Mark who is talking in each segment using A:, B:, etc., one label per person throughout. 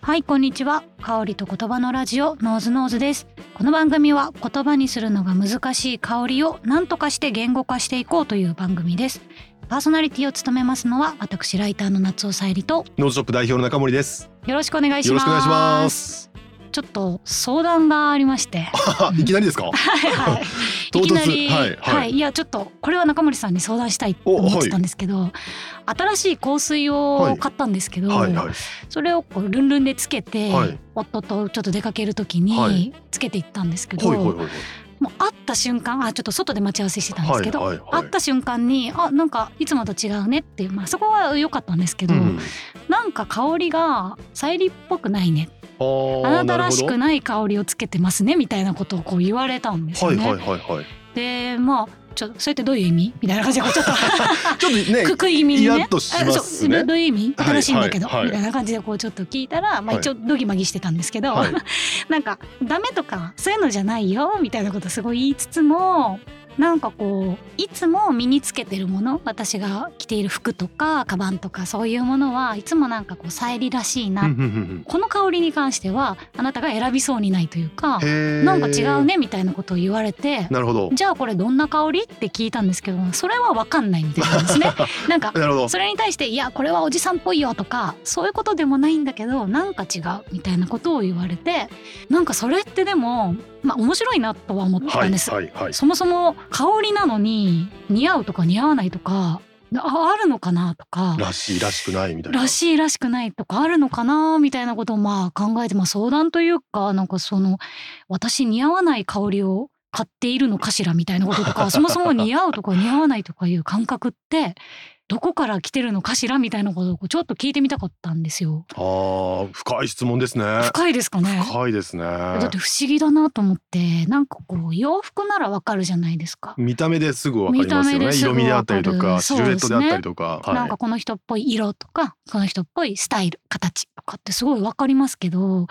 A: はいこんにちは香りと言葉のラジオノーズノーズですこの番組は言葉にするのが難しい香りを何とかして言語化していこうという番組ですパーソナリティを務めますのは私ライターの夏尾さえりと
B: ノーズショップ代表の中森です。
A: よろしくお願いし
B: よ
A: ま
B: ろし
A: す
B: くお願いします。
A: ちょっと相談がありまして
B: あ いきなりですか。
A: はいはい
B: 唐
A: い
B: 突
A: きなり、
B: はいはい
A: いやちょっとこれは中森さんに相談したいと思ってたんですけど、新しい香水を買ったんですけど、
B: はいはい。
A: それをこうルンルンでつけて、
B: はい
A: 夫とちょっと出かけるとき
B: は
A: に
B: い
A: つけていったんですけど、
B: はいはいはい
A: もう会った瞬間あちょっと外で待ち合わせしてたんで
B: は
A: す
B: い。
A: けど、
B: はいはい
A: 会った瞬間にあなんかいつもと違うねっていう、まあ、そこは良かったんですけど、
B: うん
A: なんか香りがサイリっぽくないね
B: あ
A: あ
B: あ
A: なたらしく
B: な
A: ない香りをつけてますねみたいなことをこう言われたんで
B: る
A: す
B: ほ
A: よ
B: ど
A: ね。
B: はいはいはいはい。
A: でまあちょそれってどういう意味みたいな感じでこうちょっと
B: ちょっとね
A: くく意味にね
B: イラッとしますね
A: あそうどういう意味
B: はい
A: 新しいんだけど、
B: はいはい
A: みたいな感じでこうちょっと聞いたら、まあ、
B: はい
A: 一応ドギマギしてたんですけど、
B: はい
A: なんかダメとかそういうのじゃないよみたいなことすごい言いつつもなんかこういつも身につけてるもの私が着ている服とかカバンとかそういうものはいつもなんかこうさえりらしいな、
B: うんうんうん
A: この香りに関してはあなたが選びそうにないというか
B: うんへー
A: なんか違う。ねみたいなことを言われて
B: なるほど。
A: じゃあこれどんな香りって聞いたんですけどそれは分かんないみたいなんですね なんか
B: なるほど。
A: それに対していやこれはおじさんっぽいよとかそういうことでもないんだけどなんか違うみたいなことを言われてなんかそれってでもまあ面白いなとは思った
B: はい
A: んです、
B: はいはい。
A: そもそも香りなのに似合うとか似合わないとかああるのかなとか。
B: らしいらしくないみたいな。
A: らしいらしくないとかあるのかなみたいなことをまあ考えてまあ相談というかなんかその私似合わない香りを買っているのかしらみたいなことと かそもそも似合うとか似合わないとかいう感覚ってどこから来てるのかしらみたいなことをこうちょっと聞いてみたかったんですよ。
B: ああ深い質問ですね。
A: 深いですかね
B: 深いですね。
A: だって不思議だなと思ってなんかこう洋服ならわかるじゃないですか。
B: 見た目ですぐわかりますよ
A: 見た目
B: ね。
A: ですぐ
B: 色味であったりと
A: わかる
B: か、シルエットであったりとか。
A: なんかこの人っぽい色とかこの人っぽいスタイル形とかってすごいわかりますけど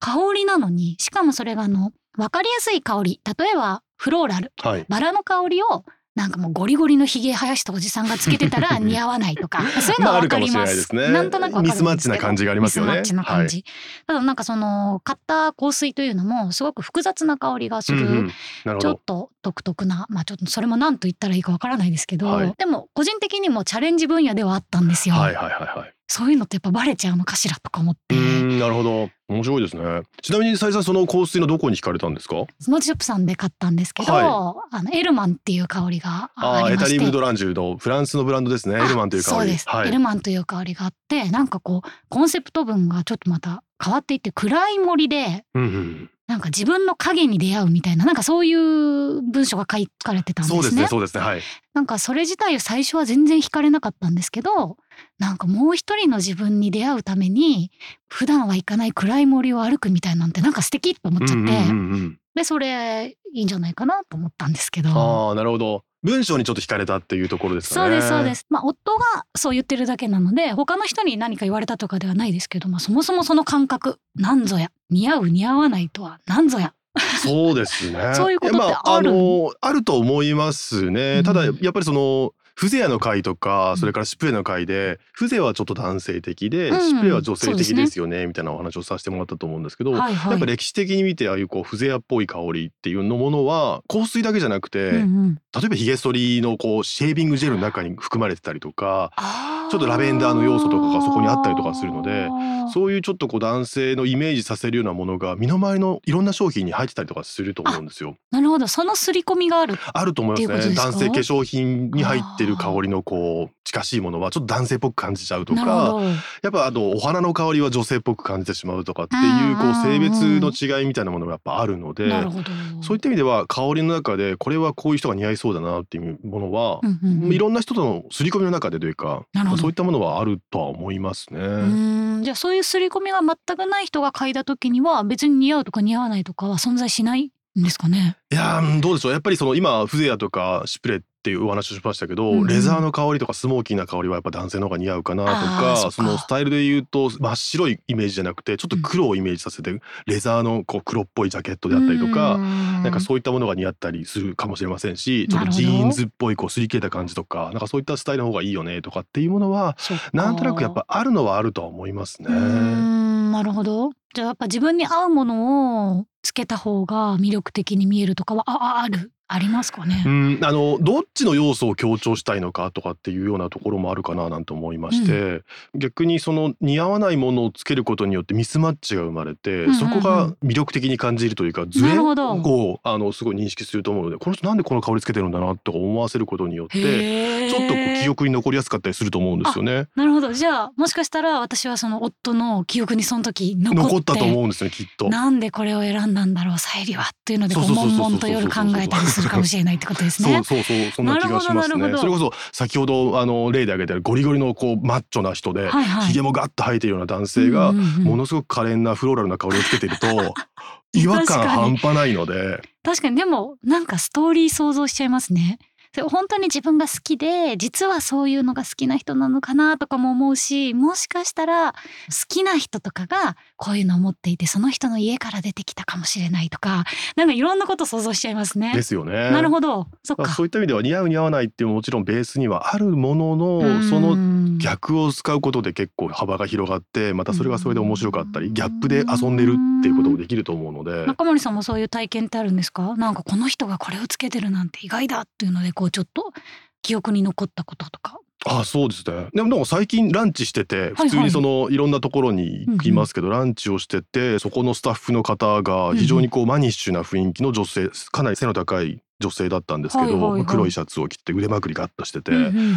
A: 香りなのにしかもそれがあのわかりやすい香り例えばフローラル
B: はい。はい。
A: バラの香りをなんかもうゴリゴリのひげ生やしたおじさんがつけてた ら似合わないとかそういうの
B: ま
A: は
B: ああ
A: わ
B: る
A: か
B: かも
A: り
B: しれ
A: ま。
B: ないですすね。
A: なんとなくわかるん
B: ミ
A: ですけ
B: ス
A: ど
B: マッチな感じがあり
A: ミ
B: ます
A: ス
B: よね。
A: マッチな感じ、ただなんかその買った香水というのもすごく複雑な香りがす
B: はい。
A: る、
B: うんうんなるほ
A: ちょっ
B: ど。
A: と独特なまあちょっとそれも何と言ったらいいかわからないですけど、
B: はい
A: でも個人的にもチャレンジ分野ではあったんですよ、
B: はいはいはいはい。
A: そういうのってやっぱバレちゃうのかしらとか思って、
B: うーん、なるほど。面白いですね。ちなみに、さいさん、その香水のどこに惹かれたんですか。
A: ノーチショップさんで買ったんですけど、
B: はい
A: あのエルマンっていう香りが
B: あ
A: あ
B: あ、
A: り
B: エ
A: ま
B: タ
A: して
B: リームドランジュのフランスのブランドですね。エルマンという香り。
A: あそうです、
B: はい
A: エル。マンという香りがあってなんかこうコンセプト文がちょっとまた変わっていて暗い森で
B: うんうん
A: なんか自分の影に出会うみたいななんかそういう文章が書かれてたんです
B: そ
A: ね
B: うですね。そうですね。はい。
A: なんかそれ自体を最初は全然惹かれなかったんですけどなんかもう一人の自分に出会うために普段は行かない暗い森を歩くみたいなんてなんか素敵と思っちゃって、
B: うんうんうんうん
A: でそれいいんじゃないかなと思ったんですけど。
B: ああ、なるほど。文章にちょっと惹かれたっていうところですか
A: そう
B: ね。
A: ですそうで。す、まあ、夫がそう言ってるだけなので他の人に何か言われたとかではないですけど、まあ、そもそもその感覚なんぞや似合う似合わないとはなんぞや
B: そうです ね。
A: そういうことって
B: やまあ、
A: あ
B: あ
A: る
B: の、あると思いますね。ただ、
A: うん
B: やっぱりその。風情の会とか
A: ん
B: それからシュプレの会で風情はちょっと男性的で、
A: うん
B: シュプレは女
A: そ
B: 性
A: うです
B: 的
A: ね
B: ですよねみたいなお話をさせてもらったと思うんですけど、
A: はいは
B: や
A: い
B: っぱ歴史的に見てああいうこう風情っぽい香りっていうのものは香水だけじゃなくて、
A: うんうん
B: 例えばヒゲ剃りのこうシェービングジェルの中に含まれてたりとか
A: あー
B: ちょっとラベンダーの要素とかがそこにあったりとかするのでそういうちょっとこう男性のイメージさせるようなものが身の回りのいろんな商品に入ってたりとかすると思うんですよ。
A: なるほどその刷り込みがある
B: あると思い
A: っていうこ
B: ま
A: と
B: す
A: で
B: ね。
A: すか
B: 男性化粧品に入ってる香りのこう近しいものはちょっと男性っぽく感じちゃうと
A: なるほ
B: か
A: ど
B: やっぱあのお花の香りは女性っぽく感じてしまうとかっていうこ
A: うんう
B: う
A: ん
B: 性
A: うん
B: 別の違いみたいなものがやっぱあるので
A: なるほど
B: そういった意味では香りの中でこれはこういう人が似合いそうだなっていうものは、
A: うんうんうん
B: いろんな人との刷り込みの中でというか
A: なるほど
B: そういったものはあるとは思いますね。
A: うーんじゃあそういう刷り込みが全くない人が嗅いだ時には別に似合うとか似合わないとかは存在しないんですかね。
B: いやーうんどうでしょうやっぱりその今フゼアとかシュプレっていうお話をしましたけど、
A: うん
B: レザーの香りとかスモーキーな香りはやっぱ男性の方が似合うかなと
A: あー
B: か
A: そっか
B: そのスタイルで言うと真っ白いイメージじゃなくてちょっと黒をイメージさせて、レザーのこう黒っぽいジャケットであったりとか。
A: な
B: なんかそういったものが似合ったりするかもしれませんしちょっ
A: なる
B: と
A: ほど
B: ジーンズっぽいこうすり切れた感じとかなんかそういったスタイルの方がいいよねとかっていうものは
A: そっか
B: なんとなくやっぱあるのはあるとは思います
A: うー
B: ね。
A: んんなるほどじゃあやっぱ自分に合うものをつけた方が魅力的に見えるとかはあああるありますかね、
B: うん、あのどっちの要素を強調したいのかとかっていうようなところもあるかななんて思いまして、逆にその似合わないものをつけることによってミスマッチが生まれて、
A: うんうんうん
B: そこが魅力的に感じるというかず
A: な
B: れ
A: るほど
B: をあのすごい認識すると思うのでこの人なんでこの香りつけてるんだなとか思わせることによって
A: へー
B: ちょっとこう記憶に残りやすかったりすると思うんですよね。
A: なるほどじゃあもしかしたら私はその夫の記憶にその時残って
B: 残ったと思うんですねきっと。
A: なんでこれを選んだんだろうさゆりはっていうのでこ
B: そううそうそうそう
A: 悶々と夜考えたりするかもしれないってことです
B: そ
A: ね
B: う。そうそうそんな気がします
A: なる
B: ね
A: ほどなるほど
B: それこそ先ほどあの例で挙げたゴリゴリのこうマッチョな人で、
A: はいはい。
B: ひげもガッと生えてるような男性が
A: うんうんうん
B: ものすごく可憐なフローラルな香りをつけてる と違和感半端ないので
A: 確かにでもなんかストーリー想像しちゃいますね。それ本当に自分が好きで実はそういうのが好きな人なのかなとかも思うしもしかしたら好きな人とかがこういうのを持っていてその人の家から出てきたかもしれないとかなんかいろんなこと想像しちゃいますね。
B: ですよね。
A: なるほどそっ
B: だか
A: から
B: そういった意味では似合う似合わないっていうのももちろんベースにはあるもの
A: う
B: の
A: ん
B: その逆を使うことで結構幅が広がってまたそれがそれで面白かった
A: う
B: り
A: ん
B: ギャップで遊んでるっていうこともできると思うので
A: 中森さんもそういう体験ってあるんですかなんかこの人がこれをつけてるなんて意外だっていうのでこうちょっと記憶に残ったこととか。
B: あそうですねでもでも最近ランチしてて
A: はい
B: 普通にそのいろんなところに行きますけど、ランチをしててそこのスタッフの方が非常にこうマニッシュな雰囲気の女性かなり背の高い女性だったんですけ
A: は
B: ど、
A: いはいはい
B: 黒いシャツを着て腕まくりガッとしてて、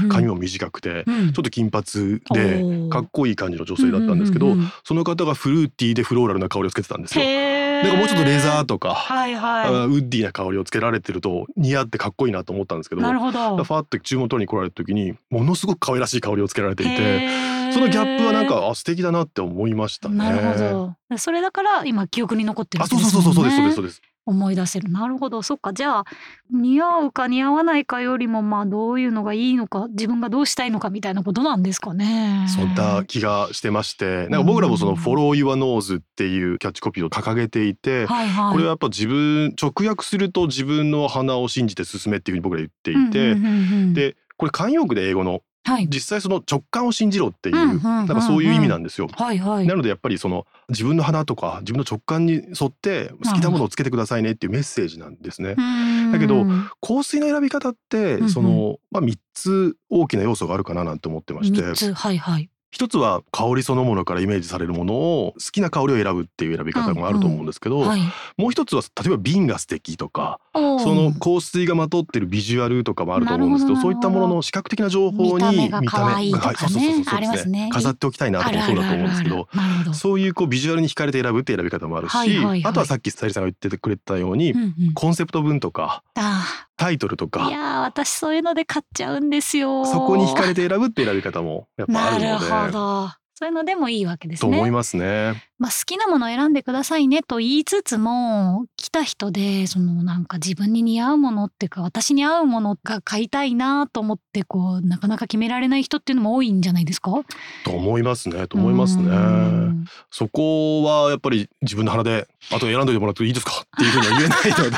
B: 髪も短くて、
A: うん
B: ちょっと金髪で
A: おー
B: かっこいい感じの女性だったんですけど、
A: ううう
B: その方がフルーティーでフローラルな香りをつけてたんですよ。
A: へー
B: なんかもうちょっとレザーとか、
A: はい
B: あ
A: は
B: ウッディな香りをつけられてると似合ってかっこいいなと思ったんですけ
A: い。
B: ど
A: なるほ
B: フ
A: ど。
B: ァーって注文取りに来られた時にものすごく可愛らしい香りをつけられていて
A: へー
B: そのギャップはなんかあ素敵だなって思いましたね。
A: なるほど。それだから今記憶に残ってる
B: あ
A: わけ
B: そう
A: です
B: そう
A: もんね。
B: そうそうそうですそうですそうです。
A: 思い出せる。なるほど。そっか。じゃあ似合うか似合わないかよりもまあどういうのがいいのか自分がどうしたいのかみたいなことなんですかね。
B: そんな気がしてましてなんか僕らもその「フォロー・ユア・ノーズ」っていうキャッチコピーを掲げていて。
A: はいはい。
B: これはやっぱ自分直訳すると自分の鼻を信じて進めっていうふうに僕ら言っていて、
A: うんうんうんうん、
B: でこれ慣用句で英語の
A: はい、
B: 実際その直感を信じろっていう,、
A: うんうんうん
B: なんかそういう意味なんですよ。
A: はいはい。
B: なのでやっぱりその自分の鼻とか自分の直感に沿って好きなものをつけてくださいねっていうメッセージなんですね。
A: うん
B: だけど香水の選び方っ
A: うんう
B: て
A: ん
B: その、まあ、3つ大きな要素があるかななんて思ってまして
A: 三つはいはい。
B: 1つは香りそのものからイメージされるものを好きな香りを選ぶっていう選び方もあると思うんですけど、
A: はい。
B: もう1つは例えば瓶が素敵とか
A: おー
B: その香水がまとってるビジュアルとかもあると思うんですけど
A: なる
B: そ
A: ほ
B: う
A: ど
B: いったものの視覚的な情報
A: 見た目
B: に
A: が可愛いとかね
B: そうそうそうそう
A: ありますね
B: 飾っておきたいなと
A: あ
B: か
A: る
B: も
A: あ
B: そう
A: る
B: だと
A: あ
B: 思う
A: る
B: んで
A: あ
B: すけ
A: る。な
B: ど
A: るほど。
B: そういうこうビジュアルに惹かれて選ぶっていう選び方もあるし、
A: はいはいはい
B: あとはさっきさゆりさんが言ってくれてたように、
A: うんうん。
B: コンセプト文とか
A: あ
B: タイトルと
A: ーい
B: か
A: やー私そういうので買っちゃうんですよ。
B: そこに惹かれて選ぶっていう選び方もやっぱあるので
A: なるほど。そういうのでもいいわけです
B: と思い
A: ね。
B: ますね。
A: まあ好きなものを選んでくださいねと言いつつも来た人でそのなんか自分に似合うものっていうか私に合うものが買いたいなと思ってこうなかなか決められない人っていうのも多いんじゃないですか。
B: と思いますね。と思います
A: う
B: ね。
A: ん
B: そこはやっぱり自分の腹であと選んどいてもらっていいですかっていうふうには言えない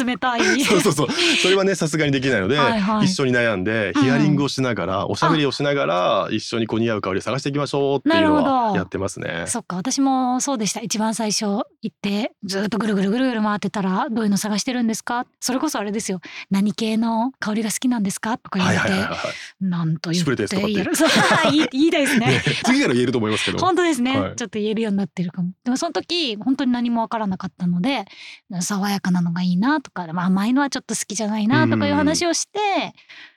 B: の
A: 冷たい。
B: で そうそうそうそれはねさすがにできないので、
A: はいはい
B: 一緒に悩んでヒアリングをしながら、おしゃべりをしながら一緒にこう似合う香りを探していきましょうっていう
A: な
B: の
A: るほ
B: は
A: ど
B: やってますね。
A: そっか私もそうでした一番最初行ってずっとぐるぐるぐるぐる回ってたらどういうの探してるんですかそれこそあれですよ何系の香りが好きなんですかとか言わ
B: はい
A: れて、
B: はいはいはい。
A: なんと言っ
B: シュプレ
A: て
B: ですとかって
A: やる そう言い言いたいですね
B: ね 次から言えると思いますけど。
A: 本当ですね、
B: はい
A: ちょっと言えるようになってるかもでもその時本当に何もわからなかったので爽やかなのがいいなとかまあ甘いのはちょっと好きじゃないなとかいう話をして、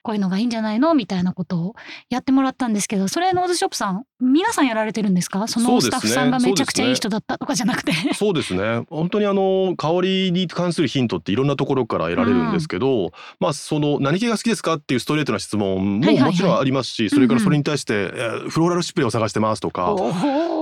A: こういうのがいいんじゃないのみたいなことをやってもらったんですけどそれノーズショップさん皆さんやられてるんですかそ
B: そ
A: の
B: うです
A: ス
B: ね
A: タッフさんがめちゃくちゃいい人だったとかじゃなくて。
B: そうですね本当にあの香りに関するヒントっていろんなところから得られるんですけど、まあその何系が好きですかっていうストレートな質問
A: は
B: も
A: いはいはい
B: もちろんありますし、それからそれに対して、えーフローラルシュプレーを探してますと か。
A: お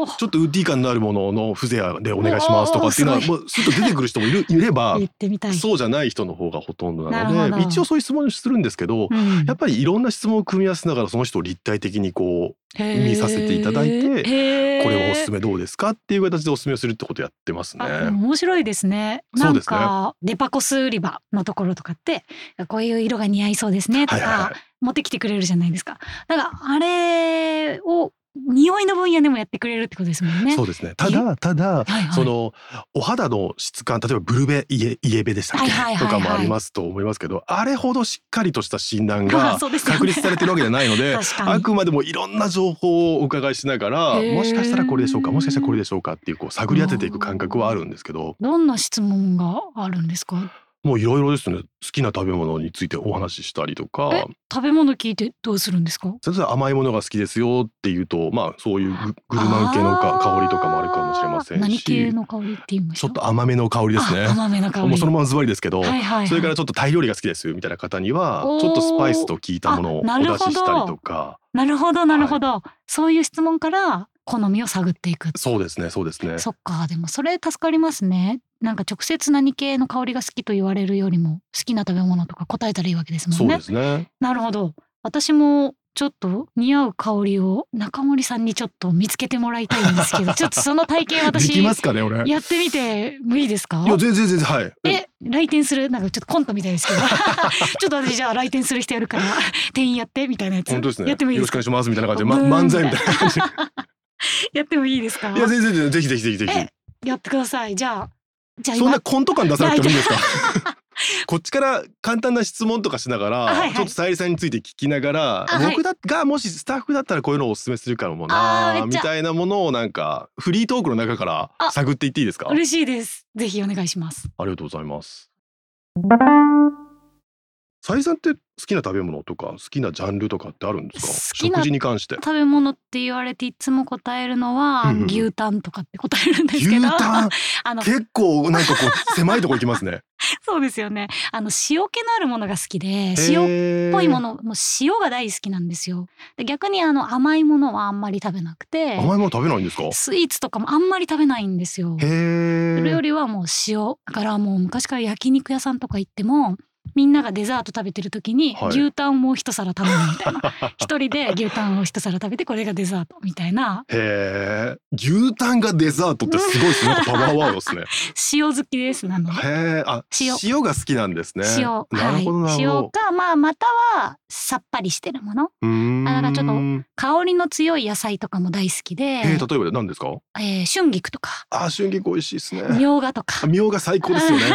A: ー
B: ちょっとウッディ感のあるものの風情でお願いしますとかっていうのは
A: おー
B: もうすっと出てくる人も いるいれば
A: 言ってみたい。
B: そうじゃない人の方がほとんどな
A: なる
B: の
A: ほ
B: で
A: ど
B: 一応そういう質問をするんですけど、
A: うん
B: やっぱりいろんな質問を組み合わせながらその人を立体的にこう見させていただいて
A: へー
B: これはおすすめどうですかっていう形でおすすめをするってことをやってますね。
A: あ面白いですね。な
B: そうんですね
A: か、デパコス売り場のところとかって、こういう色が似合いそうですねと
B: はいはいはい
A: か、持ってきてくれるじゃないですか。だから、あれを匂いの分野でもやってくれるってことですもんね。
B: そうですねただただ
A: はいはい
B: そのお肌の質感例えばブルベイエイエベでしたっけ、
A: はいはいはいはい
B: とかもありますと思いますけどあれほどしっかりとした診断
A: あ
B: が
A: そうですよね
B: 確立されてるわけじゃないので
A: 確か
B: あ
A: に。
B: くまでもいろんな情報をお伺いしながら
A: へー
B: もしかしたらこれでしょうかもしかしたらこれでしょうかっていうこう探り当てていく感覚はあるんですけど
A: どんな質問があるんですか。
B: もういろいろですね好きな食べ物についてお話ししたりと
A: え
B: か
A: 食べ物聞いてどうするんですか。
B: それぞれ甘いものが好きですよっていうとまあそういうググルマン系のか
A: あー
B: 香りとかもあるかもしれません
A: 何
B: し
A: 系の香りって言いまし
B: ちょ
A: た。
B: っと甘めの香りですね
A: あ。甘めの香り。
B: もうそのままズバリですけど、
A: はいはいはい。
B: それからちょっとタイ料理が好きですみたいな方には
A: おー
B: ちょっとスパイスと効いたものをお
A: あなるほど
B: 出ししたりとか
A: なるほどなるほど、そういう質問から好みを探っていく。
B: そうですねそうですね
A: そっかでもそれ助かりますね。なんか直接何系の香りが好きと言われるよりも好きな食べ物とか答えたらいいわけですも
B: そ
A: ん
B: う
A: ね
B: で。すね
A: なるほど。私もちょっと似合う香りを中森さんにちょっと見つけてもらいたいんですけ ど、ちょっとその体験
B: で
A: 私
B: きますかね俺いや
A: やってみてもいいですか？
B: 全然全然はい
A: え来店するなんかちょっとコントみたいですけど ちょっと私じゃあ来店する人やるから店員やってみたいなやつ
B: 本当ですね
A: やってもいいで
B: よろ
A: す
B: しく
A: か
B: お願いしますみたいな感じで、ま、
A: ブーン
B: 漫才みたいな感じい
A: やってもいいですか
B: や全然全然ぜひぜひぜひぜひ
A: えやってくださいじゃあじゃあ
B: そん
A: 今
B: なコント感出さなくてもいいんですか こっちから簡単な質問とかしながら、
A: あはいはい
B: ちょっとさゆりさんについて聞きながら、
A: あはい
B: 僕だがもしスタッフだったらこういうのをおすすめするからも
A: あーめっち
B: な
A: ゃ
B: みたいなものをなんかフリートークの中から
A: あ
B: 探っていっていいですかあり
A: 嬉しいですぜひお願いします
B: がとうございますさゆりさんって好きな食べ物とか好きなジャンルとかってあるんですか
A: 好きな
B: 食事に関して
A: 食べ物って言われていつも答えるのは、
B: うんうん
A: 牛タンとかって答えるんです
B: 牛
A: けど
B: タン
A: あの
B: 結構なんかこう狭いとこ行きますね
A: そうですよねあの塩気のあるものが好きで 塩っぽいものもう塩が大好きなんですよで逆にあの甘いものはあんまり食べなくて
B: へー甘いもの食べないんですか
A: スイーツとかもあんまり食べないんですよ。
B: へ
A: それよ
B: え
A: りはもう塩だからもう昔から焼肉屋さんとか行ってもみんながデザート食べてる時に
B: はい
A: 牛タンをもう一皿頼むみたい な一人で牛タンを一皿食べてこれがデザートみたいな
B: へえ、牛タンがデザートってすごいですね。なんかパワーワードです ね。
A: 塩好きですなので
B: へえ、あ、
A: 塩
B: 塩が好きなんですね。
A: 塩は
B: なるほどないるほ
A: 塩
B: ど。
A: かまあまたはさっぱりしてるもの
B: うーん
A: あだからちょっと香りの強い野菜とかも大好きで、え
B: えー、例えば何ですか？
A: ー春菊とか
B: あ、春菊美味しいですね。
A: みょうがとか
B: あみょうが最高 ですよね。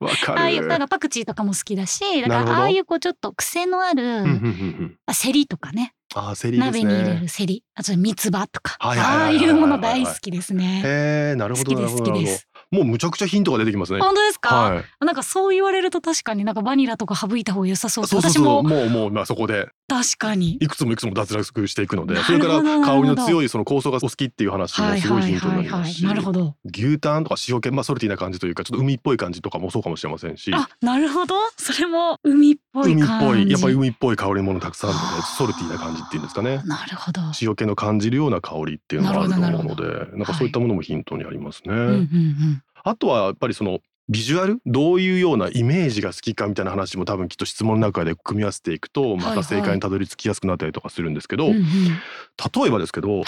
B: わかる。
A: ああいうだからパクチーとかも好きだしだか
B: なるほ
A: ら
B: ど
A: ああいうこうちょっと癖のある、
B: うんうんうんうん。
A: あセリとかね
B: あ、セリですね。
A: 鍋に入れるセリあと三つ葉とか
B: はいはい
A: あ
B: は
A: あ
B: いはい
A: いうもの大好きですね。
B: へえ、なる
A: 好
B: ほ
A: き
B: どな
A: です
B: るほ
A: 好き
B: どなるほ
A: で
B: ど
A: す。。
B: もうむちゃくちゃヒントが出てきますね。
A: 本当ですか、
B: はい。
A: なんかそう言われると確かになんかバニラとか省いた方が良さそう
B: そうそう
A: 私
B: そ
A: も
B: う。もうもうまあそこで
A: 確かに
B: いくつもいくつも脱落していくので、
A: な
B: そ
A: る
B: れ
A: ほ
B: か
A: どな
B: ら
A: るほど
B: 香りの強いその香草がお好きっていう話も
A: はい
B: すご
A: はい
B: ヒ
A: い
B: ントに
A: は
B: ないりま
A: は
B: す
A: い
B: し。
A: なるほど
B: 牛タンとか塩気、まあ、ソルティな感じというかちょっと海っぽい感じとかもそうかもしれませんし
A: あなるほどそれも海っぽい
B: 海っ
A: 感じ
B: ぽいやっぱり海っぽい香りものたくさんあるの
A: はあ
B: でソルティな感じっていうんですかね
A: なるほど、
B: 塩気の感じるような香りっていうのがあると
A: なる
B: 思
A: ほ
B: う
A: ど
B: のでな
A: ど
B: んかそういったものもヒントにありますね、
A: うんうんうん、
B: あとはやっぱりそのビジュアルどういうようなイメージが好きかみたいな話も多分きっと質問の中で組み合わせていくとまた正解にたどり着きやすくなったりとかするんですけど、
A: うんうん
B: 例えばですけど
A: はい、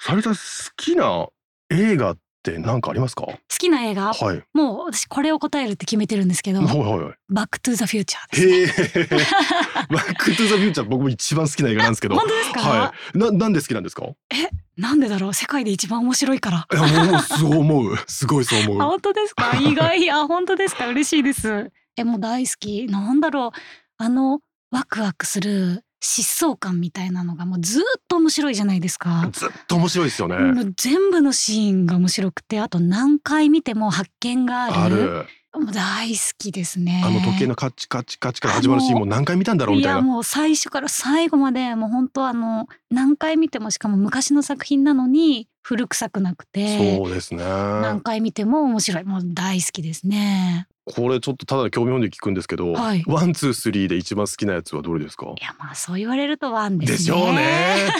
B: さゆりさん好きな映画って何かありますかは
A: 好きな映画
B: いはい
A: もう私これを答えるって決めてるんですけど
B: はいはい
A: バックトゥザフューチャーですね
B: へえ。バックトゥザフューチャー僕も一番好きな映画なんですけど。
A: 本当ですか、
B: はい。ななんで好きなんですか？い
A: なんでだろう世界で一番面白いから。
B: やもうそう思う。すごいそう
A: あ
B: 思う。
A: 本当です か意外あ本当ですか嬉しいです。えもう大好きなんだろうあのワクワクする疾走感みたいなのがもうずっと面白いじゃないですか。
B: ずっと面白いですよね。
A: もう全部のシーンが面白くてあと何回見ても発見があ
B: あ
A: る
B: る。
A: もう大好きですね。
B: あの時計のカチカチカチから始まるシーンも何回見たんだろうみたい
A: や
B: な。
A: もう最初から最後までもう本当あの何回見てもしかも昔の作品なのに古臭くなくて
B: そうですね。
A: 何回見ても面白いもう大好きですね
B: これちょっとただ興味本位で聞くんですけど、
A: はい
B: ワンツースリーで一番好きなやつはどれですか？
A: いやまあそう言われるとワンですね
B: でしょうね。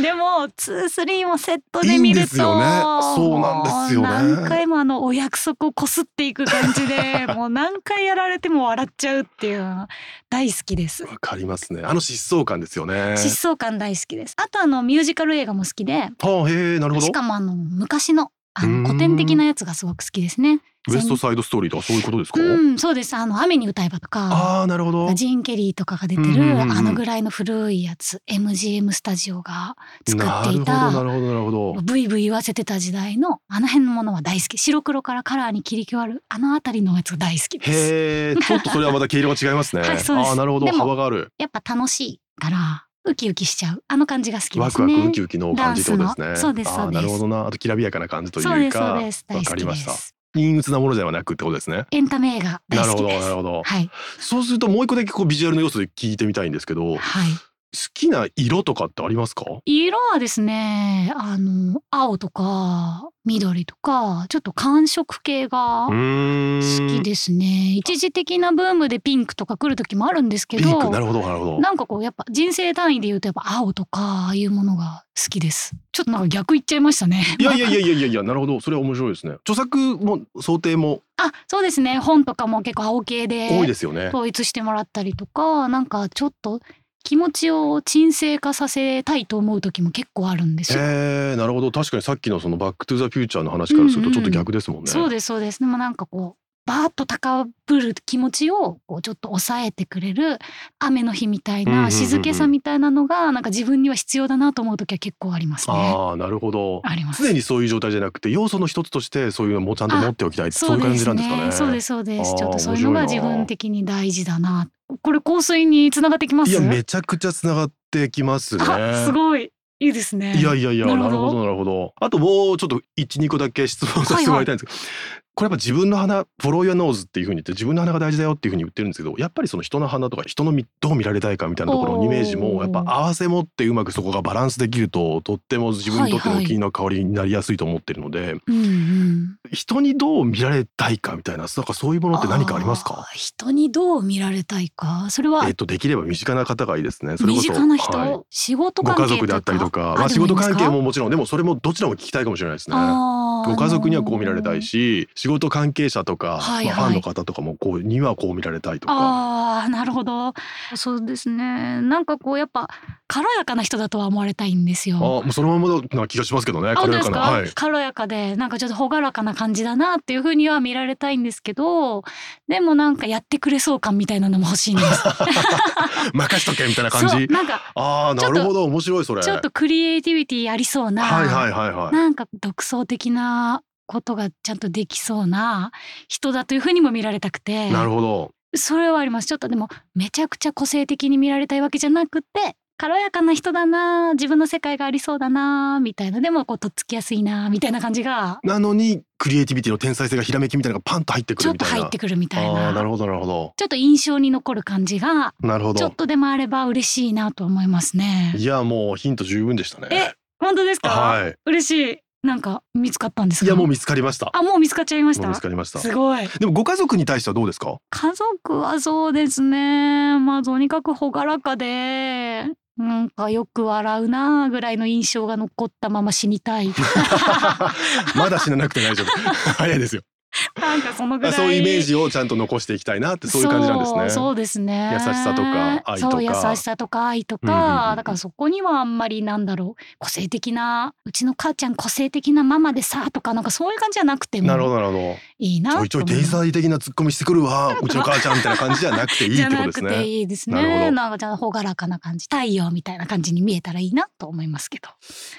A: でも23もセット
B: い
A: で
B: いん
A: 見
B: で
A: ると
B: すよねそうなんですよね
A: もう何回もあのお約束をこすっていく感じ でもう何回やられても笑っちゃうっていう大好きです
B: わかりますね。あの疾走感ですよね。
A: 疾走感大好きですあとあのミュージカル映画も好きで
B: あへえなるほど
A: し。かもあの昔のあ
B: うーん
A: の古典的なやつがすごく好きですね。
B: ウエストサイドストーリーとかそういうことですか、
A: うん、そうです。あの雨に歌えばとか、
B: ああなるほど
A: ジーン・ケリーとかが出て
B: うんうんうん
A: る
B: うん
A: あのぐらいの古いやつ、MGM スタジオが作ってい
B: な
A: た。
B: るほどなるほどなるほど
A: ブイブイ言わせてた時代のあの辺のものは大好き白黒からカラーに切り替わるあの辺りのやつが大好きです
B: へえちょっとそれはまた毛色が違います ね
A: はいそうです
B: ああなるほど
A: でも
B: 幅がある
A: やっぱ楽しいからウキウキしちゃうあの感じが好きですね
B: ワクワクウキウキの感じってことです
A: ダ
B: ね
A: ンスのそうですそうです
B: ああなるほどなあときらびやかな感じというか
A: そうですそうです大
B: わ
A: 好
B: かり
A: きで
B: ました
A: す
B: 陰鬱なものではなくってことですね
A: エンタメ映画大
B: なる
A: 好
B: ほ
A: き
B: ど
A: で
B: な
A: す
B: るほど
A: はい
B: そうするともう一個だけこうビジュアルの要素で聞いてみたいんですけど好
A: はい
B: きな色とかってありますか
A: 色はですねあの青とか緑とかちょっと寒色系が
B: うーん
A: 好きですね一時的なブームでピンクとか来る時もあるんですけ
B: ピンク
A: ど
B: なるほどなるほど
A: なんかこうやっぱ人生単位で言うとやっぱ青とかああいうものが好きですちょっとなんか逆言っちゃいましたね
B: いやいやいやいやいやいやなるほどそれは面白いですね著作も想定も
A: あそうですね本とかも結構青系で
B: 多いですよね、
A: 統一してもらったりとかなんかちょっと気持ちを沈静化させたいと思う時も結構あるんですよ。
B: えー、なるほど確かにさっきのそのバックトゥザフューチャーの話からするとちょっと逆ですもんね、
A: そうですそうですでもなんかこうバーッと高ぶる気持ちをこうちょっと抑えてくれる雨の日みたい
B: うんうんうんう
A: なん静けさみたいなのがなんか自分には必要だなと思う時は結構ありますね。
B: ああなるほど
A: あります。
B: 常にそういう状態じゃなくて要素の一つとしてそういうのもちゃんと持っておきたいってそ
A: そう
B: いうう
A: で
B: 感じ
A: す
B: なんですかね
A: ね。そうですそうで
B: あ
A: す。
B: ー
A: ちょっとそういうのが
B: 面白
A: 自
B: いな
A: 分的に大事だな。これ香水につながってきます。
B: いやめちゃくちゃつながってきますね
A: あすごいいいですね。
B: いやいやいやな
A: な
B: る
A: るほど
B: ほどなるほどあともうちょっと12個だけ質問させてもらいたいんですけど、これやっぱ自分の鼻「フォロー・ヤ・ノーズ」っていうふうに言って自分の鼻が大事だよっていうふうに言ってるんですけどやっぱりその人の鼻とか人のみどう見られたいかみたいなところのイメージも
A: おー
B: やっぱ合わせ持ってうまくそこがバランスできるととっても自分にとっての
A: はいはい
B: 気の香りになりやすいと思ってるので、
A: うんうん。
B: 人にどう見られたいかみたいななんかそういうものって何かありますか
A: あー人にどう見られたいかそれは
B: えっとできれば身近な方がいいですね。それこ
A: 身
B: そ
A: 近な人、
B: はい
A: 仕事
B: ご
A: 関係
B: 家族であったりとか、まあ、仕事関係ももちろんでもそれもどちらも聞きたいかもしれないですね。ご
A: ご
B: 家族にはこう見られたいし仕事関係者とか、
A: はい
B: まあフ
A: はい
B: ァンの方とかもこうにはこう見られたいとか
A: あーなるほどそうですねなんかこうやっぱ軽やかな人だとは思われたいんです
B: あ
A: よ。
B: もうそのままな気がしますけどね
A: あ本当で
B: やか
A: すか、
B: な、はい、
A: 軽やかでなんかちょっと朗らかな感じだなっていうふうには見られたいんですけどでもなんかやってくれそう感みたいなのも欲しいんです。
B: 任しとけみたいな感
A: そう
B: じ
A: なんか
B: ああなるほど面白いそれ
A: ちょっとクリエイティビティありそうな、
B: はいはいはいはい
A: なんか独創的なことがちゃんとできそうな人だというふうにも見られたくて
B: なるほど
A: それはありますちょっとでもめちゃくちゃ個性的に見られたいわけじゃなくて軽やかな人だな自分の世界がありそうだなみたいなでもこうとっつきやすいなみたいな感じが
B: なのにクリエイティビティの天才性がひらめきみたいなのがパンと入ってく
A: ちょっ
B: るみ
A: と
B: たいな
A: 入ってくるみたい
B: あ
A: な
B: あなるほどなるほど
A: ちょっと印象に残る感じが
B: なるほ
A: ちょっ
B: ど
A: とでもあれば嬉しいなと思いますね
B: いやもうヒント十分でしたね
A: え本当ですか、
B: は
A: 嬉しいなんか見つかったんです
B: い
A: か
B: いやもう見つかりました
A: あもう見つかっちゃいまし
B: もう
A: た
B: 見つかりました
A: すごい
B: でもご家族に対してはどうですか
A: 家族はそうですねまあとにかく朗らかでなんかよく笑うなぐらいの印象が残ったまま死に たい
B: まだ死ななくて大丈夫 早いですよ
A: なんかそのぐらい
B: そういうイメージをちゃんと残していきたいなってそういう感じなんです
A: そう
B: ね
A: そうですね
B: 優しさとか愛とか
A: そう優しさとか愛とか、
B: うんうんうん
A: だからそこにはあんまりなんだろう個性的なうちの母ちゃん個性的なママでさとかなんかそういう感じじゃなくて
B: なるほ
A: も
B: どなるほ
A: いい
B: ど
A: な
B: ちょいちょい天才的なツッコミしてくるわうちの母ちゃんみたいな感じじゃなくていい
A: じ
B: っ
A: ゃ
B: てこと
A: な
B: です
A: くて
B: ね
A: いいです
B: なるほど
A: ねなんかじゃあ朗らかな感じ太陽みたいな感じに見えたらいいなと思いますけど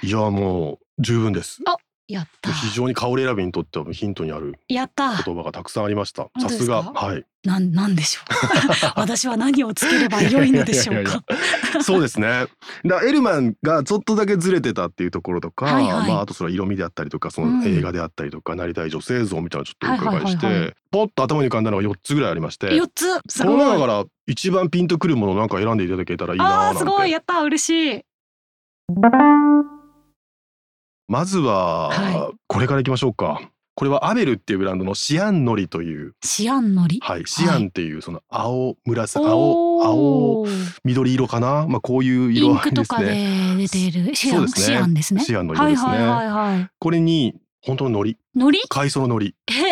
B: いやもう十分です
A: やった
B: 非常に香り選びにとってはヒントにある
A: やった
B: 言葉がたくさんありました
A: 本
B: さ
A: 当ですす
B: が
A: か
B: はい
A: なんなんでしょう私は何をつければ良いのでしょう
B: いやいやいやいや
A: か
B: そうですね。だからエルマンがちょっとだけずれてたっていうところとか、
A: はいはい
B: まああとそれは色味であったりとか、そうの
A: ん
B: 映画であったりとか、なりたい女性像みたいなのをちょっとお伺いして、
A: はいはいはいは
B: ポッと頭に浮かんだのが4つぐらいありまして、
A: 四つす
B: この中
A: ご
B: か
A: い
B: ら一番ピンとくるものをなんか選んでいただけたらいい
A: あ
B: なー
A: ー
B: な
A: すご
B: ん
A: い
B: て。
A: やった嬉しい
B: まずは、
A: は
B: これからいきましょうか。これはアベルっていうブランドのシアンノリという、
A: シアンのり
B: はい、シアンっていうその青紫、青
A: お
B: 青
A: ー
B: 緑色かな、まあこういう
A: イ
B: 色
A: ン
B: 合い
A: ク
B: で
A: と
B: す
A: か
B: ね。
A: で出ているシア
B: そう
A: ン
B: ですね
A: シアンですね
B: シアンの色
A: は
B: で
A: い
B: すね。
A: はいはいはい
B: これに本当の海苔、
A: のり
B: 海藻の海苔。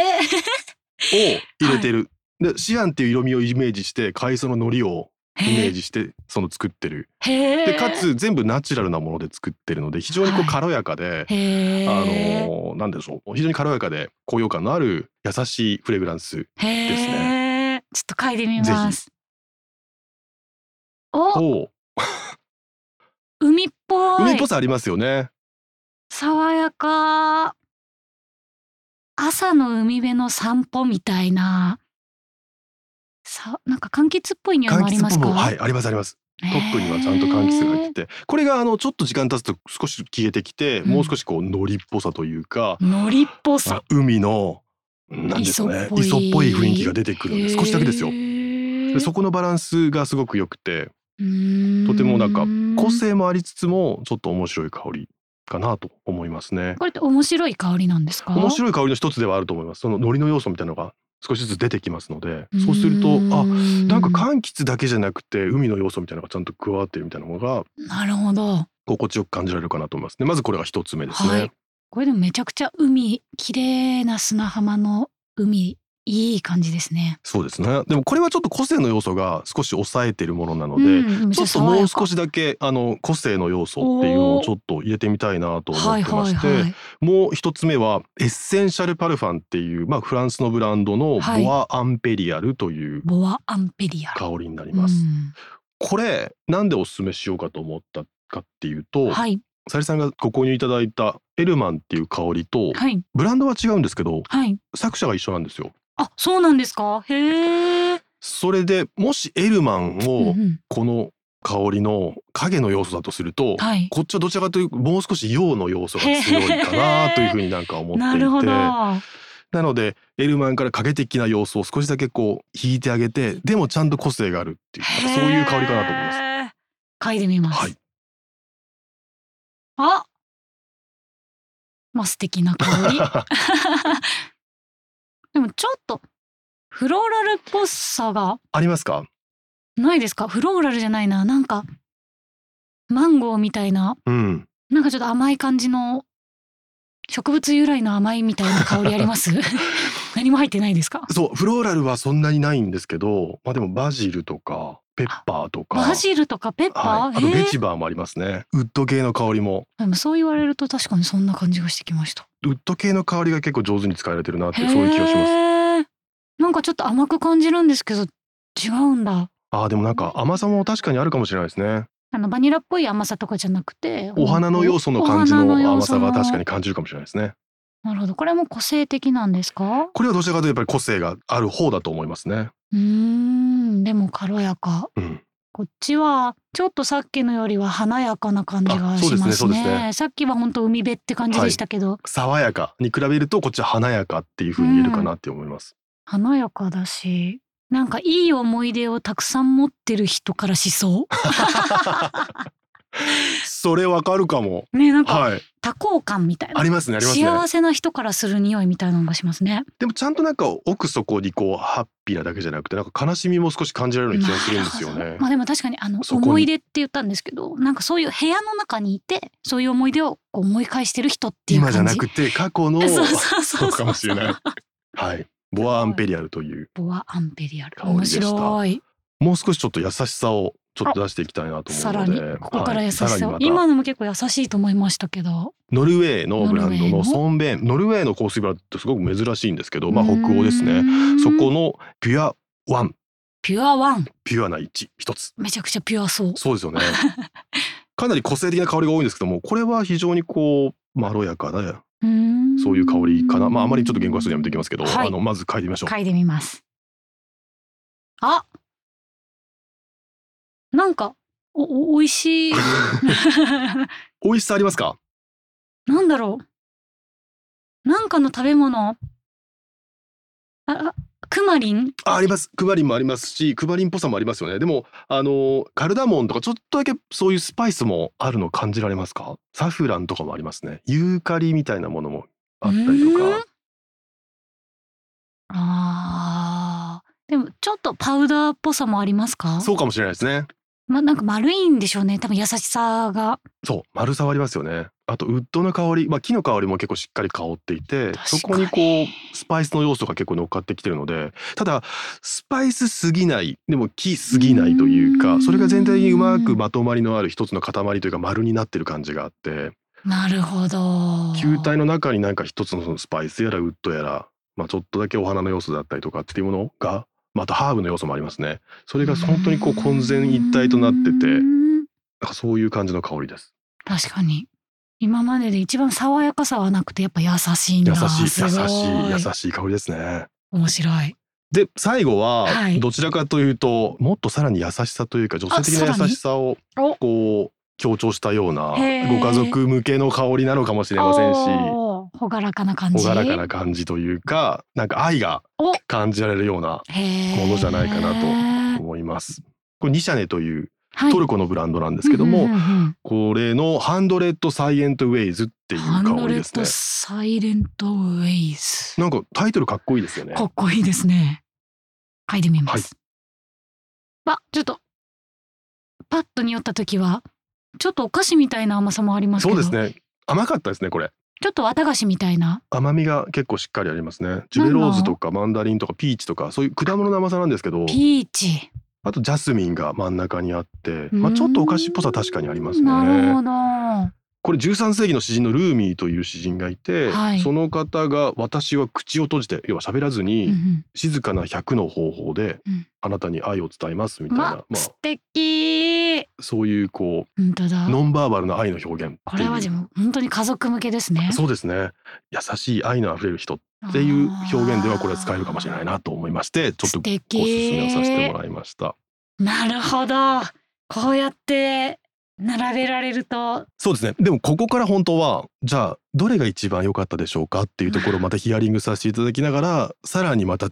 A: へ
B: を入れてる、でシアンっていう色味をイメージして海藻の海苔をイメー
A: ジ
B: ジしてその作ってる。
A: へえ
B: でかつ全部ナチュラルなもので作ってるので非常にこう
A: はい
B: 軽やかで、
A: へえ
B: あのーなんでしょう非常に軽やかで高揚感のある優しいフレグランス。
A: へ
B: です
A: えちょっと嗅いでみますお
B: を
A: 海っぽい
B: 海っぽさありますよね。
A: 爽やか朝の海辺の散歩みたいなさなんか柑橘っぽい匂いもありますか
B: 柑橘っぽいものはいありますあります。
A: ト
B: トップにはちゃんと柑橘が入ってて、これがあのちょっと時間経つと少し消えてきて、
A: うん
B: もう少しこう海苔っぽさというか、
A: のりっぽさ
B: あ海のなんですかね磯っぽい雰囲気が出てくるんです少しだけですよ。でそ
A: こ
B: このバランスがすごく良くてとてもなんか個性もありつつもちょっと面白い香りかなと思いますね。
A: これって面白い香りなんですか
B: 面白い香りの一つではあると思います。その海苔の要素みたいなのが少しずつ出てきますので、そうするとあなんか柑橘だけじゃなくて海の要素みたいなのがちゃんと加わってるみたいなのが
A: なるほど
B: 心地よく感じられるかなと思いますね。まずこれが一つ目ですね。
A: はいこれでもめちゃくちゃ海綺麗な砂浜の海いい感じですね
B: そうですね。でもこれはちょっと個性の要素が少し抑えてるものなので、
A: うん
B: ちょっともう少
A: し
B: しだけあの個性の要素っていうのをちょっと入れてみたいなと思ってまして、
A: はいはいはい、
B: もう一つ目はエッセンシャルパルファンっていうまあフランスのブランドの
A: はい
B: ボアアンペリアルという
A: ボアアンペリアル
B: 香りになります。これなんでおすすめしようかと思ったかっていうと、
A: うんはい
B: さゆりさんがご購入いただいたエルマンっていう香りと、
A: はい
B: ブランドは違うんですけど
A: はい
B: 作者が一緒なんですよ。
A: あそうなんですかへえ
B: それでもしエルマンを、
A: うんうん
B: この香りの影の要素だとすると、
A: はい
B: こっちはどちらかというともう少し陽の要素が強いかなというふうになんか思って い
A: な
B: て
A: るほど
B: なのでエルマンから影的な要素を少しだけこう引いてあげてでもちゃんと個性があるっていうなんかそういう香りかなと思いま
A: ま
B: す。
A: す嗅いでみます、
B: はい、
A: あまあ素敵な香 りでもちょっとフローラルっぽさが
B: ありますか、
A: ないですかフローラルじゃないななんかマンゴーみたいな
B: うん、
A: なんかちょっと甘い感じの植物由来の甘いみたいな香りあり ます何も入ってないですか
B: そうフローラルはそんなにないんですけど、まあ、でもバジルとかペッパーとか
A: バジルとかペッパ
B: は
A: ー、
B: い、あと
A: へえ
B: ベチバーもありますねウッド系の香りも
A: でもそう言われると確かにそんな感じがしてきました
B: ウッド系の香りが結構上手に使われてるなって
A: へえ
B: そういう気がします。
A: なんかちょっと甘く感じるんですけど違うんだ
B: あーでもなんか甘さも確かにあるかもしれないですね。
A: あのバニラっぽい甘さとかじゃなくて
B: お花の要素の感じ
A: お
B: の
A: 花要
B: 甘
A: 素
B: さ
A: の
B: が確かに感じるかもしれないですね。
A: なるほどこれも個性的なんですか
B: これはどちらかというとやっぱり個性がある方だと思いますね。
A: うーんでも軽やか
B: うん。
A: こっちはちょっとさっきのよりは華やかな感じが
B: あそう
A: し
B: ですね
A: ます
B: そう
A: ね
B: ですね
A: さっきは本当海辺って感じでしたけど、
B: 爽やかに比べるとこっちは華やかっていう風に言えるかなって思います。
A: 華やかだしなんかいい思い出をたくさん持ってる人からしそ
B: それわかるかも。
A: うねなんか
B: はい。
A: 多幸感みたいな、
B: ありますねありますね
A: 幸。せな人からする匂いみたいなのがしますね
B: でもちゃんとなんか奥底にこうハッピーなだけじゃなくてなんか悲しみも少し感じられるような気がするんですよ
A: なるほ
B: ね
A: ど。まあでも確かにあの
B: そこに
A: 思い出って言ったんですけどなんかそういう部屋の中にいてそういう思い出をこう思い返してる人っていう
B: 今
A: 感じ
B: じゃなくて過去の
A: そうそうそ
B: そううかもしれない。はい。ボアアンペリアルという
A: ボアアンペリアル
B: 香り
A: 面
B: でした
A: 白い
B: もう少しちょっと優しさをちょっと出していきたいなと
A: さ
B: 思
A: ら
B: うの
A: に
B: で、
A: ここから優しさ,、
B: はいさらにまた
A: 今のも結構優しいと思いましたけど
B: ノルウェーのブラン
A: ノルウェ
B: ド
A: ーの
B: のソンベンノルウェーの香水ブランドってすごく珍しいんですけど、まあ、
A: うーん
B: 北欧ですねそこのピュアワン
A: ピュアワン
B: ピュアな1一つ
A: めちゃくちゃピュアそう
B: そうですよね かなり個性的な香りが多いんですけどもこれは非常にこうまろやかでそういう香りかなまああまりちょっと言語化するのやめていきますけど、
A: はい
B: あのまず嗅いでみましょう
A: 嗅いでみますあなんかおお美味 しい
B: 美味しさありますか
A: なんだろうなんかの食べ物ああクマリン
B: あありますクマリンもありますしクマリンっぽさもありますよねでもあのカルダモンとかちょっとだけそういうスパイスもあるの感じられますかサフランとかもありますねユーカリみたいなものもあったりと
A: うーん
B: か
A: あーでもちょっとパウダーっぽさもありますか
B: そうかもしれないですね
A: ま、なんか丸いんでしょうね多分優しさが
B: そう丸さはありますよねあとウッドの香り、まあ、木の香りも結構しっかり香っていて
A: 確か
B: そ
A: に
B: こにこうスパイスの要素が結構乗っかってきてるのでただスパイスすぎないでも木すぎないとい
A: う
B: う
A: ー
B: か
A: ん
B: それが全体にうまくまとまりのある一つの塊というか丸になってる感じがあって
A: なるほど。
B: 球体の中になんか一つのそのスパイスやらウッドやら、まあ、ちょっとだけお花の要素だったりとかっていうものが、まあ、あとハーブの要素もありますねそれが本当にこう混然一体となってて
A: う
B: なんんかそういう感じの香りです。
A: 確かに今までで一番爽やかさはなくてやっぱ優しいんだ
B: 優しい
A: すご
B: 優
A: い
B: しい優しい香りですね。
A: 面白い
B: で最後は
A: はい
B: どちらかというと、もっとさらに優しさというか女性的
A: あさら
B: な
A: に
B: 優しさを
A: お
B: こう強調したような
A: へー
B: ご家族向けの香りなのかもしれませんし
A: おー朗らかな感じ
B: 朗らかな感じというかなんか愛が
A: お
B: 感じられるような
A: も
B: ものじゃないかなと
A: な
B: 思います。これニシャネという
A: はい、
B: トル
A: コ
B: コのブランドなんですけども、
A: うんうんうんうん
B: これのハンドレッドサイエントウェイズっていう
A: ハン
B: 香
A: ドレ
B: りです
A: ッド
B: ね。
A: サイレントウェイズ
B: なんかタイトルかっこいいですよね。
A: かっこいいですね嗅いでみます、あちょっとパッと匂った時はちょっとお菓子みたいな甘さもありますけ
B: そ
A: ど
B: うですね。甘かったですねこれ。
A: ちょっと綿菓子みたいな
B: 甘みが結構しっかりありますねジュベローズとかマンダリンとかピーチとかそういう果物の甘さなんですけど
A: ピーチ
B: あとジャスミンが真ん中にあって、まあ、ちょっとお菓子っぽさ確かにあります
A: なる
B: ね
A: ほど。は
B: これ13世紀の詩人のルーミーという詩人がいて、
A: はい
B: その方が「私は口を閉じて要は喋らず
A: い
B: に、静かな100の方法で
A: うん
B: あなたに愛を伝えます」みたいな、
A: ま
B: ま
A: 素
B: あ、
A: 敵。
B: そういうこ
A: 本当だ
B: う。ノンバーバルな愛の表現っていう
A: これはでも本当に家族向けですね。
B: そうですね優しい愛のあふれる人っていう表現ではこれは使えるかもしれないなと思いましてちょっと
A: 素敵
B: おすすめをさせてもらいました。
A: なるほど。こうやって並べられると
B: そうですねでもここから本当はじゃあどれが一番良かったでしょうかっていうところをまたヒアリングさせていただきながらさらにまた違う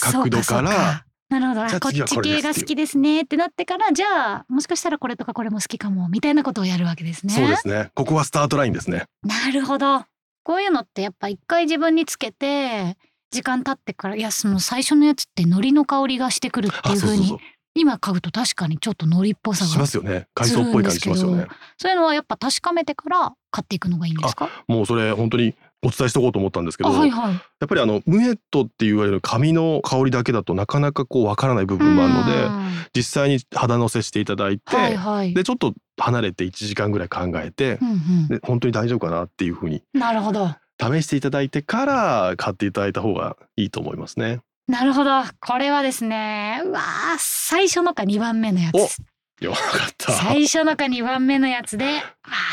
B: 角度
A: そう
B: から
A: そうなるほどあ
B: じゃあ
A: こっ
B: 次は
A: ち
B: これです
A: 系が好きですねってなってからじゃあもしかしたらこれとかこれも好きかもみたいなことをやるわけですね。
B: そうですねここはスタートラインですね
A: なるほど。こういうのってやっぱ一回自分につけて時間経ってからいやその最初のやつって海苔の香りがしてくるって
B: あ
A: いう
B: そう
A: 風
B: そう
A: に
B: そう
A: 今買うと確かにちょっと海苔っぽさ
B: しま
A: が
B: すよね海藻っぽい感じしますよね
A: そういうのはやっぱ確かめてから買っていくのがいいんですか
B: もうそれ本当にお伝えしとこうと思ったんですけ
A: あ
B: ど、
A: はいはい
B: やっぱりあのムエットって言われる髪の香りだけだとなかなかこうわからない部分もあるので、
A: うん
B: 実際に肌のせしていただいて、
A: はいはい
B: でちょっと離れて1時間ぐらい考えて
A: う、んう
B: で本当に大丈夫かなっていうふうに
A: ん、なるほど
B: 試していただいてから買っていただいた方がいいと思いますね。
A: なるほどこれはですねうわー最初のか2番目のや
B: お
A: つ
B: よかった。
A: 最初のか2番目のやつでわ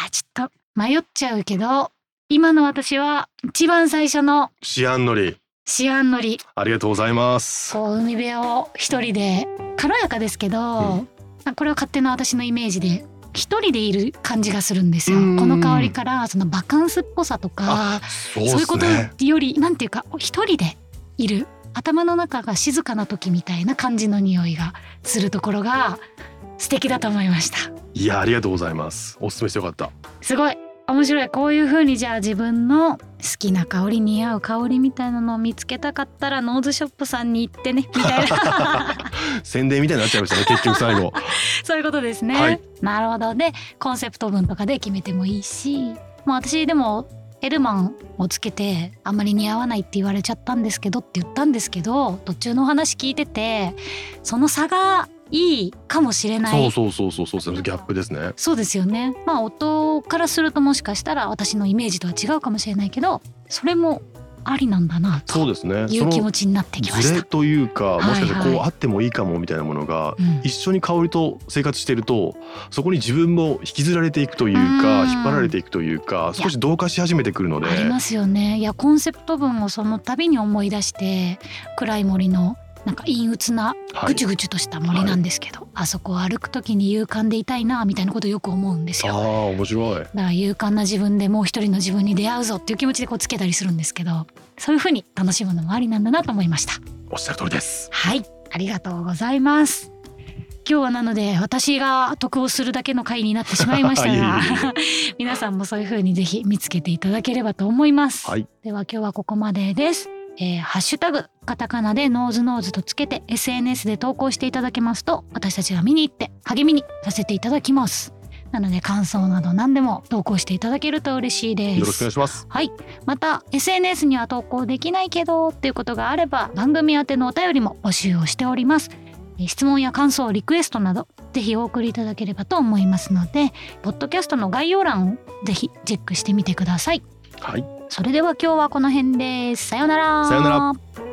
A: あちょっと迷っちゃうけど今の私は一番最初の
B: シアンのり
A: シアンのり
B: ありがとうございます。
A: こう海辺を一人で軽やかですけど、
B: うん
A: あこれは勝手な私のイメージで一人でいる感じがするんですよ
B: うん
A: この香りからそのバカンスっぽさとか
B: そ
A: そういうこ
B: っ
A: とよりなんていうか一人でいる頭の中が静かな時みたいな感じの匂いがするところが素敵だと思いました
B: いやありがとうございます。おすすめしてよかった。
A: すごい面白いこういう風にじゃあ自分の好きな香り似合う香りみたいなのを見つけたかったらノーズショップさんに行ってねみたいな
B: 宣伝みたいになっちゃい ましたね。結局最後。
A: そういうことですね。
B: はい
A: なるほどね。コンセプト文とかで決めてもいいし、まあ私でもエルマンをつけてあんまり似合わないって言われちゃったんですけどって言ったんですけど、途中のお話聞いてて、その差がいいかもしれない。
B: そうそうそうそうそうそのギャップですね。
A: そうですよね。まあ音からするともしかしたら私のイメージとは違うかもしれないけど、それもありなんだな
B: そう
A: と
B: ですね。
A: い
B: そう
A: 気
B: の
A: 持ちになってきま
B: ズ
A: し
B: レ
A: た。
B: というかもしかしたらこ
A: はいうはい
B: あってもいいかもみたいなものが
A: うん
B: 一緒に香りと生活しているとそこに自分も引きずられていくというか
A: うん
B: 引っ張られていくというか少し同化し始めてくるので
A: ありますよねいやコンセプト文をその度に思い出して暗い森のなんか陰鬱な
B: は
A: ぐ
B: い
A: ちゅぐちゅとした森なんですけど、あそこを歩く時に勇敢でいたいなみたいなことをよく思うんです
B: ああ
A: よ。
B: 面白い
A: だから勇敢な自分でもう一人の自分に出会うぞっていう気持ちでこうつけたりするんですけどそういうふうに楽しむのもありなんだなと思いました。
B: おっしゃる通りです
A: はい、ありがとうございます。今日はなので私が得をするだけの回になってしまいました
B: いえい
A: が
B: え
A: 皆さんもそういう風にぜひ見つけていただければと思います、
B: はい
A: では今日はここまでです、えーハッシュタグカタカナでノーズノーズとつけて SNS で投稿していただけますと私たちが見に行って励みにさせていただきますなので感想など何でも投稿していただけると嬉しいです
B: よろしくお願いします
A: はいまた SNS には投稿できないけどっていうことがあれば番組宛てのお便りも募集をしておりますえー質問や感想リクエストなどぜひお送りいただければと思いますのでポッドキャストの概要欄をぜひチェックしてみてください
B: はい
A: それでは今日はこの辺ですさようなら
B: さようなら